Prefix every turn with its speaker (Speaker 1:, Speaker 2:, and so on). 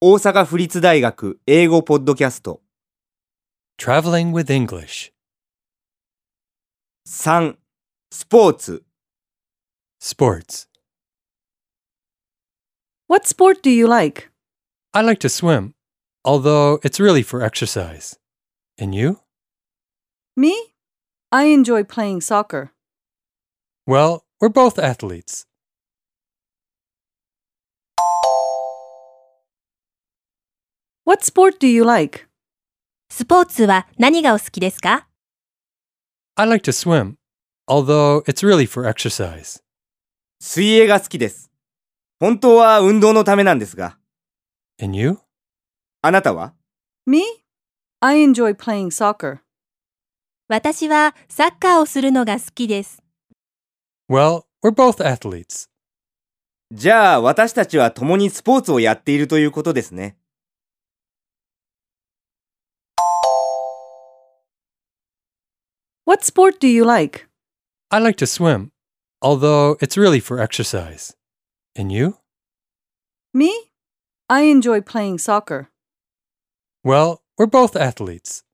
Speaker 1: 大阪府立大学英語ポッドキャスト
Speaker 2: Traveling with English.
Speaker 1: 3スポーツ
Speaker 2: Sports.
Speaker 3: What sport do you like?
Speaker 2: I like to swim, although it's really for exercise. And you?
Speaker 3: Me? I enjoy playing soccer.
Speaker 2: Well, we're both athletes.
Speaker 3: What sport do you like?
Speaker 4: スポーツは何がお好きですか
Speaker 2: I like to swim, although it's really for exercise.
Speaker 1: 水泳が好きです本当は運動のためなんですが
Speaker 2: And you?
Speaker 1: あなたは
Speaker 3: Me? I enjoy playing soccer.
Speaker 4: 私はサッカーをするのが好きです。
Speaker 2: Well, we're both athletes.
Speaker 1: じゃあ私たちは共にスポーツをやっているということですね
Speaker 3: What sport do you like?
Speaker 2: I like to swim, although it's really for exercise. And you?
Speaker 3: Me? I enjoy playing soccer.
Speaker 2: Well, we're both athletes.